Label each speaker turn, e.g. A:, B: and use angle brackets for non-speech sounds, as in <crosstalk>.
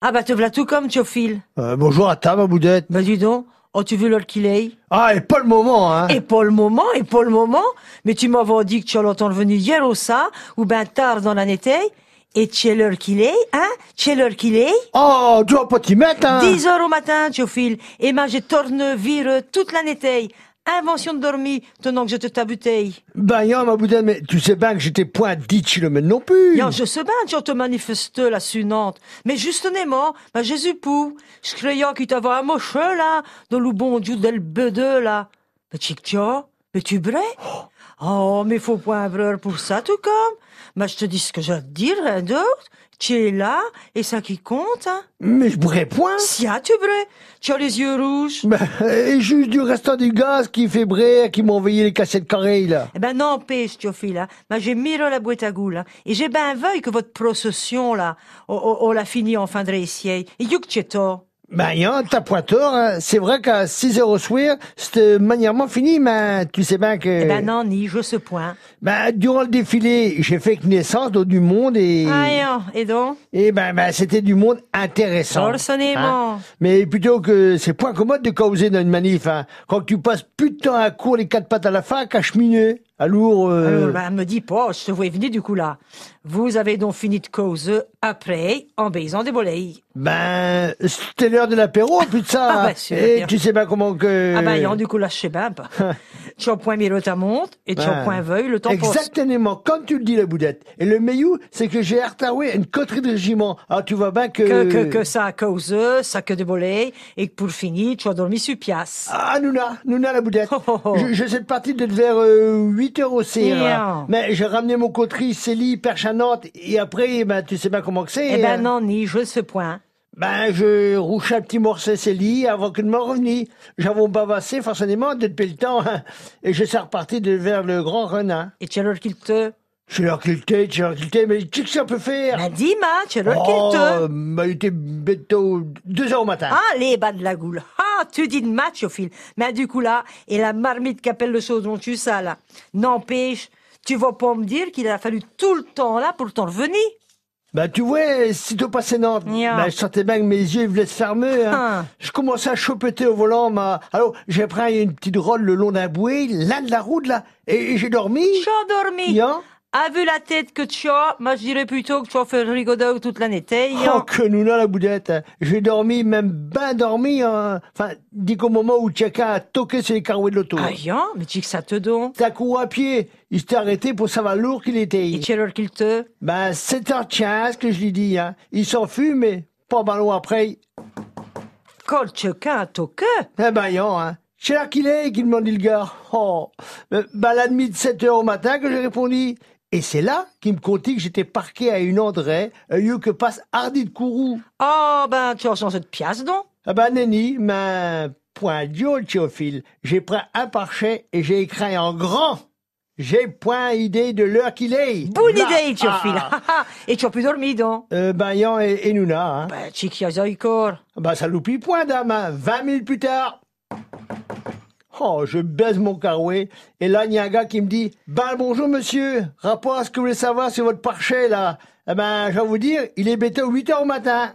A: Ah bah te v'là tout comme, Théophile.
B: Euh, bonjour à ta, ma boudette.
A: Bah dis donc, oh tu veux l'ol qu'il aille
B: Ah, et pas le moment, hein
A: Et pour le moment, et pour le moment, mais tu m'avais dit que tu allais t'en venir hier au ça, ou ben tard dans l'année taille, et tu es l'heure qu'il est, hein Tu es l'heure qu'il est
B: Oh, tu vas pas t'y mettre, hein
A: 10 heures au matin, Théophile, et moi j'ai tourne, vire toute l'année taille. Invention de dormir, tenant que je te tabuteille.
B: Ben, y'a, ma boudette, mais tu sais bien que j'étais point à 10 kilomètres non plus
A: Yo, je sais bien, tu te manifestes la sunante. Mais justement, ben Jésus pou, je croyais qu'il t'avait un moche, là, dans le bon Dieu del bedeux, là. Mais tu mais tu brais? Oh, mais faut point avoir pour ça, tout comme. Mais je te dis ce que j'ai à te dire, rien d'autre. Tu es là, et ça qui compte, hein.
B: Mais je bourrais point
A: Si, ah, tu brais. Tu as les yeux rouges.
B: Ben, et juste du restant du gaz qui fait brère, qui m'a envoyé les cassettes carrées, là
A: Eh ben, n'empêche, Théophile, là. Ben, j'ai mis la boîte à goût, là. Et j'ai ben veuille que votre procession, là, on, on- on l'a fini en fin de récier. Et you que tu es tort.
B: Ben, y'a, t'as point tort, hein. C'est vrai qu'à 6 heures au soir, c'était manièrement fini, mais tu sais bien que...
A: Eh ben, non, ni, je ce point.
B: Ben, durant le défilé, j'ai fait que naissance dans du monde et...
A: Aïe, hein, et donc?
B: Et ben, ben, c'était du monde intéressant. hein.
A: Forcément.
B: Mais plutôt que c'est point commode de causer dans une manif, hein. Quand tu passes plus de temps à court les quatre pattes à la fac, à cheminer. Alors, euh,
A: Alors, ben, me dis pas, je te vois venir du coup, là. Vous avez donc fini de cause après, en baisant des boleilles.
B: ben, c'était l'heure de l'apéro, plus de
A: <laughs>
B: ça.
A: Ah,
B: hein.
A: bah, c'est
B: Et
A: bien.
B: tu sais pas comment que...
A: Ah ben, y en, du coup, là, je sais ben pas. tu as point Miro, ta monte, et tu as
B: Ouais.
A: point veuille, le temps passe.
B: Exactement, comme tu le dis, la boudette. Et le meilleur, c'est que j'ai hartaoué une coterie de régiment. Alors, tu vois bien que...
A: Que, que, que ça a cause, ça que des boleilles, et que pour finir, tu as dormi sur pièce.
B: Ah, Nouna, Nouna la boudette.
A: Oh, oh, oh.
B: Je, je sais de partir d'être vers euh, 8 heures au CR.
A: Bien.
B: Mais j'ai ramené mon coterie, Célie, Perche à Nantes, et après, ben, tu sais pas comment que c'est.
A: Eh ben
B: hein.
A: non, ni je ce point.
B: Ben, je rouchais un petit morceau Célie avant qu'il ne m'en revenir. J'avais bavassé, forcément, depuis le temps, hein. et je suis reparti de vers le Grand Renin.
A: Et tu as l'heure qu'il te.
B: Je suis leur quilté, je suis leur quilté, mais qu'est-ce que ça peut faire?
A: Ben dis, ma, tu as l'heure
B: oh,
A: qu'il te.
B: ben, il était bientôt deux heures au matin.
A: Ah, les bas de la goule. Ah, tu dis de match au fil. Mais du coup là, et la marmite qu'appelle le chaudron, tu ça là. N'empêche, tu vas pas me dire qu'il a fallu tout le temps là pour t'en revenir.
B: Ben, tu vois, si tu passais Nantes,
A: Nya.
B: ben, je sentais bien que mes yeux ils voulaient se fermer. hein.
A: Hein.
B: Je commençais à chopeter au volant, ma... alors j'ai pris une petite rôle le long d'un bouée, l'un de la route, là, et, et j'ai dormi. Hein.
A: Tu as dormi.
B: Nya.
A: A vu la tête que tu as, moi je dirais plutôt que tu as fait le rigodeur toute l'année. t'es,
B: Oh,
A: hein.
B: que nous là, la boudette. hein. J'ai dormi, même ben dormi, hein. Enfin, dit qu'au moment où Tchaka a toqué sur les carreaux de l'auto.
A: Aïe, hein, mais tu dis que ça te donne.
B: T'as couru à pied. Il s'était arrêté pour savoir lourd qu'il était.
A: Et tu as l'heure qu'il te.
B: Ben, 7h15 que je lui dis, hein. Il s'en fut, mais pas mal loin après.
A: Colle chacun à ton que.
B: Eh ben, yon, hein. C'est là qu'il est, qu'il m'a dit le gars. Oh. Euh, Ben, la nuit de 7h au matin que j'ai répondu. Et c'est là qu'il me contait que j'étais parqué à une André, un lieu que passe Hardy de Kourou.
A: Oh, ben tu as changé de pièce donc.
B: Ah ben, Nenny, mais point d'iol, Théophile. J'ai pris un parchet et j'ai écrit en grand. J'ai point idée de l'heure qu'il est.
A: Bonne
B: Là.
A: idée, tu as
B: Ah.
A: <laughs> Et tu as plus dormi donc.
B: Euh, ben, Yan et, et Nouna, hein.
A: Ben, tu dis qu'il y a eu corps.
B: Bah, ça loupie point, dame. hein. 20 minutes plus tard. Oh, je baise mon carouet. Et là, il y a un gars qui me dit, ben, bonjour, monsieur. Rapport à ce que vous voulez savoir sur votre parchet, là. Eh ben, je vais vous dire, il est bêté à 8 heures au matin.